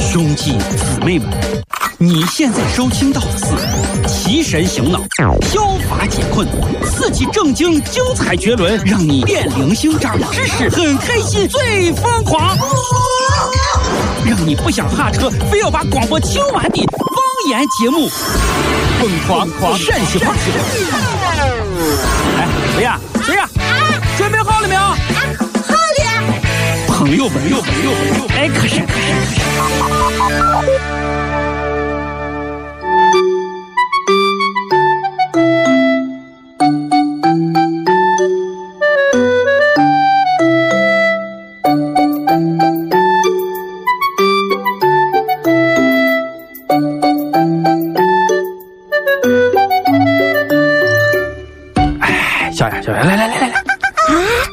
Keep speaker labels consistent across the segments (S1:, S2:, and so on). S1: 兄弟姊妹们，你现在收听到的是《提神醒脑、消乏解困、刺激正经、精彩绝伦》，让你变零星长知识，很开心，最疯狂，让你不想下车，非要把广播听完的方言节目，疯狂狂陕西话。哎，谁呀？谁呀？准备好了没有？
S2: 好了，
S1: 朋友们，友们，友们，友们哎，可是可是可是。哎，小杨，小杨，来来来来来，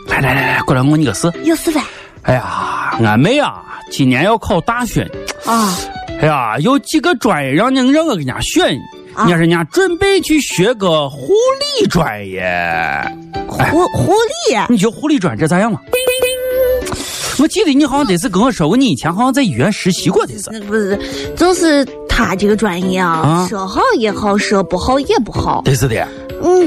S1: 来来来来，过来摸你个事。
S2: 有事呗？
S1: 哎呀，俺妹啊，今年要考大学呢。
S2: 啊，
S1: 哎呀，有几个专业让人让我给人家选，人
S2: 啊
S1: 家人家准备去学个护理专业。哎，
S2: 狐狐狸，
S1: 你觉得护理专业咋样嘛？我记得你好像得是跟我说过，你以前好像在医院实习过的是。
S2: 那不是，就是他这个专业
S1: 啊
S2: 啊，说好也好，说不好也不好。
S1: 对是的，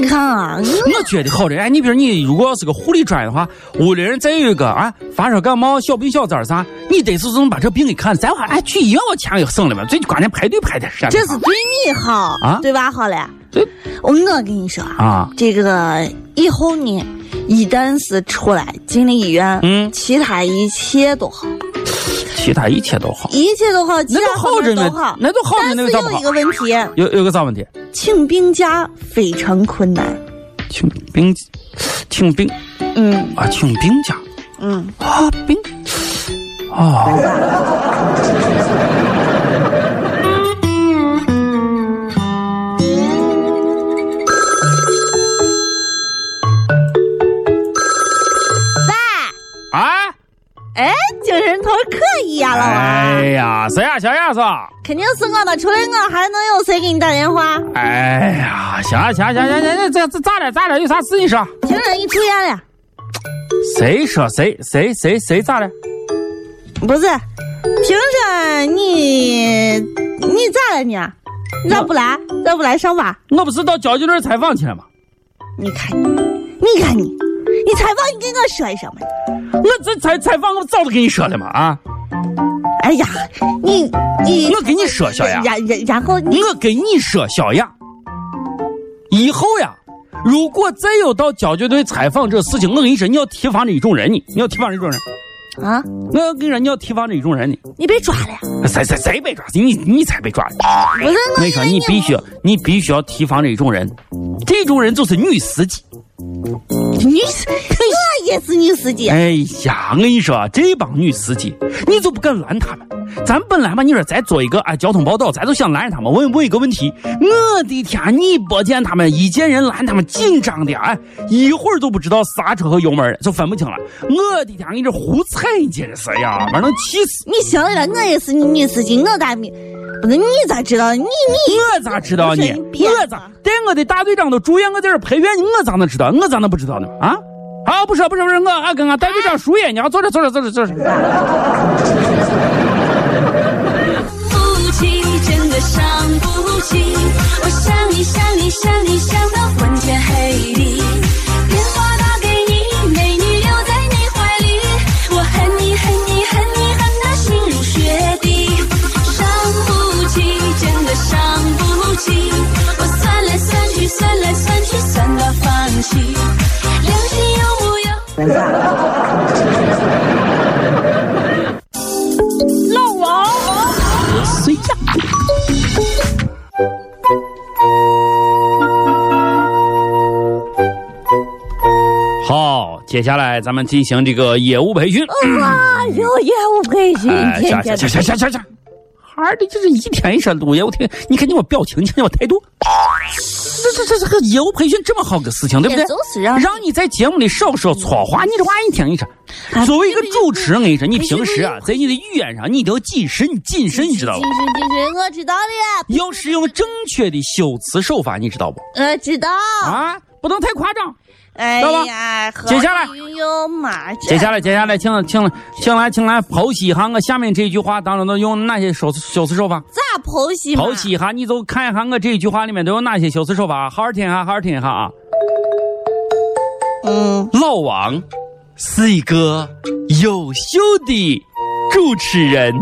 S2: 你看啊，
S1: 我觉得好的。哎，你比如你如果要是个护理专业的话，屋里人再有一个啊发烧感冒、小病小灾儿啥，你得是能把这病给看了。咱还哎去医院我钱也省了嘛，最关键排队排的是
S2: 这是对你好
S1: 啊
S2: 对吧？好嘞，
S1: 这
S2: 我跟你说啊，
S1: 啊，
S2: 这个以后呢，一旦是出来进了医院，
S1: 嗯
S2: 其他一切都好，
S1: 其他一切都好。
S2: 一切都好，其
S1: 那
S2: 他
S1: 都
S2: 方
S1: 好着
S2: 面
S1: 呢
S2: 都好，，
S1: 那都好着
S2: 但
S1: 呢，那
S2: 是
S1: 个咋不
S2: 有
S1: 好？
S2: 一个问题，
S1: 有有个啥问题？
S2: 请病假非常困难。
S1: 请病，请病
S2: 嗯
S1: 啊，请病假
S2: 嗯。
S1: 啊，病啊。哎
S2: 哎，精神头可以呀、老王，
S1: 哎呀，谁呀，小燕子？
S2: 肯定是我的，除了我还能有谁给你打电话？
S1: 哎呀，行行行行行，这这咋了咋了？有啥事你说？
S2: 情人一出院了，
S1: 谁说谁谁谁谁咋了？
S2: 不是？凭什你你咋了你？你咋不来？咋不来上班？
S1: 我不是到交警那儿采访去了吗？
S2: 你看你，你看你，你采访你跟我说一声嘛。
S1: 我这采采访，我早都跟你说了嘛啊！
S2: 哎呀，你你
S1: 我跟你说小雅
S2: 然然然后你
S1: 我跟你说，小雅，以后呀，如果再有到交警队采访这事情，我跟你说，你要提防着一种人呢，你要提防着一种人。
S2: 啊，
S1: 我跟你说，你要提防着一种人呢，
S2: 你被抓了呀？
S1: 谁谁谁被抓？你你才被抓！
S2: 不是
S1: 我
S2: 我
S1: 跟你说，你必须要你必须要提防着一种人，这种人就是女司机。
S2: 你我也是女司机，
S1: 哎呀，我跟你说，这帮女司机，你就不敢拦他们。咱本来嘛，你说咱做一个啊交通报道，咱就想拦着他们，问问一个问题。我的天，你不见他们，一见人拦他们，紧张的哎，一会儿就不知道刹车和油门了，就分不清了。我的天，你这胡踩你这是呀，把人能气死！
S2: 你行了，我也是女司机，我咋没？不是你咋知道？你你
S1: 我咋知道你？
S2: 你变了
S1: 我咋带我的大队长都住院，我在这儿陪院呢，我咋能知道？我咋能不知道呢？啊？啊，不说不说不说，我俺跟俺大队长熟呀，你要坐着坐着坐着坐着。
S3: 不起，真的伤不起。我想你想你想你想到昏天黑地，电话打给你，美女留在你怀里，我恨你恨你恨你恨得心如雪地。伤不起，真的伤不起。我算来算去算来算去算到放弃，良心有木有？
S1: 好，接下来咱们进行这个业务培训。
S2: 哇，有业务培训，
S1: 哎，
S2: 天
S1: 行
S2: 天
S1: 行行行行行行，孩儿的就是一天一天录业务听，你看见我表情，你看见我态度，这这这这个业务培训这么好个事情，对不对
S2: 也？就是让
S1: 让你在节目里少说错话，你这话你听一声。
S2: 哎
S1: 作为一个主持人，我跟你说，你平时啊，在你的语言上，你一定要谨慎谨慎，你知道
S2: 谨
S1: 吧？
S2: 慎谨慎，我知道了，
S1: 要使用正确的修辞手法，你知道不？
S2: 我知道，
S1: 啊，不能太夸张。
S2: 哎
S1: 知道吧
S2: 呀，何
S1: 接下来
S2: 云有马，
S1: 接下来，接下来，请请请来，请来剖析一下我下面这句话当中都用哪些手修辞手法？
S2: 咋剖析嘛？
S1: 剖析一下，你就看一下我这句话里面都有哪些修辞手法，啊好好听一下，好好听一下啊！
S2: 嗯，
S1: 老王是一个优秀的主持人。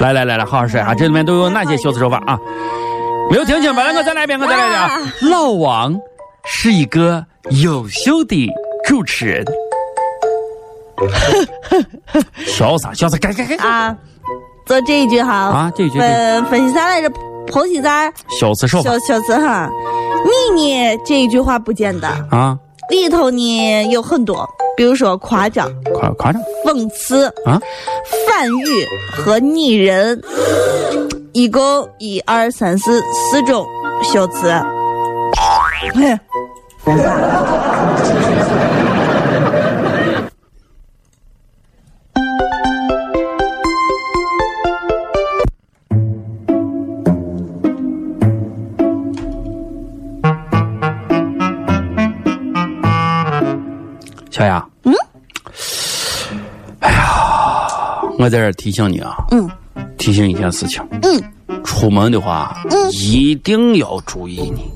S1: 来来来来，好好说啊，这里面都有哪些修辞手法啊？没有听清，本来我再来一遍，我再来一遍啊！老王是一个优秀的主持人。笑啥笑啥？该该该
S2: 啊，就这一句哈
S1: 啊这一句
S2: 分分析啥来着？剖析啥？
S1: 修辞手法
S2: 小小词哈，你呢这一句话不简单，
S1: 啊！
S2: 里头呢有很多，比如说夸张、
S1: 夸夸张
S2: 讽刺、
S1: 啊！
S2: 反语和拟人，一共一二三四四种修辞。哎嘿
S1: 小雅，嗯，哎呀，我在这儿提醒你啊，
S2: 嗯，
S1: 提醒一件事情，
S2: 嗯，
S1: 出门的话，嗯，一定要注意你。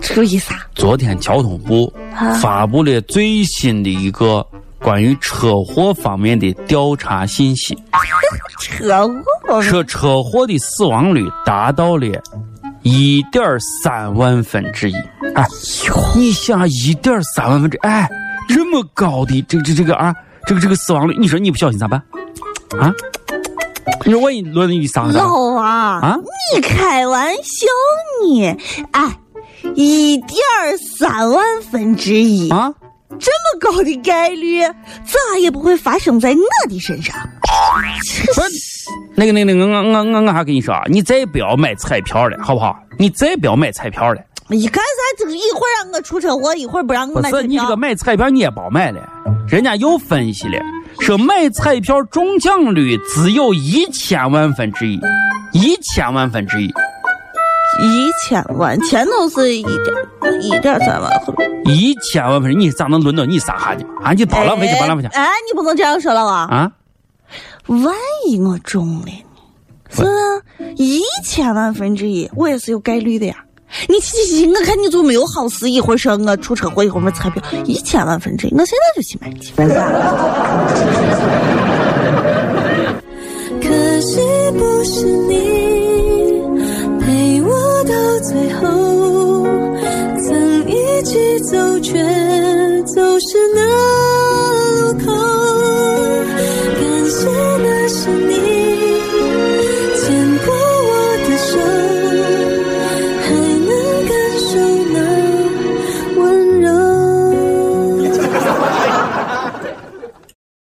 S2: 注意啊啥？
S1: 昨天交通部发布了最新的一个关于车祸方面的调查信息，
S2: 车祸？
S1: 车车祸的死亡率达到了一点三万分之一。哎，你想一点三万分之哎，这么高的这这这个啊，这个这个死亡率，你说你不小心咋办？啊？你说万一轮你伤了
S2: 老王，
S1: 啊？
S2: 你开玩笑呢？哎，一点三万分之一，
S1: 啊？
S2: 这么高的概率，咋也不会发生在我的身上。
S1: 不是，那个那个那个，我我我我还跟你说啊，你再不要买彩票了，好不好？你再不要买彩票了。
S2: 你干啥？这个一会儿让我出车祸，一会儿不让我
S1: 不
S2: 买
S1: 是
S2: 彩
S1: 你这
S2: 票
S1: 个。买彩票你也别买了，人家又分析了，说买彩票中奖率只有一千万分之一，一千万分之一，
S2: 一千万，全都是一点一点三万，后面
S1: 一千万分之一，你咋能轮到你撒哈呢？啊，你别浪费去，别浪费去
S2: 哎，哎你不能这样说了啊！
S1: 啊！
S2: 万一我中了呢？是啊，一千万分之一，我也是有概率的呀。你去去去，我看你就没有好事，一会儿说我出车祸，一会儿买彩票，一千万分之一，我现在就去买去。
S3: 可惜不是你陪我到最后，曾一起走却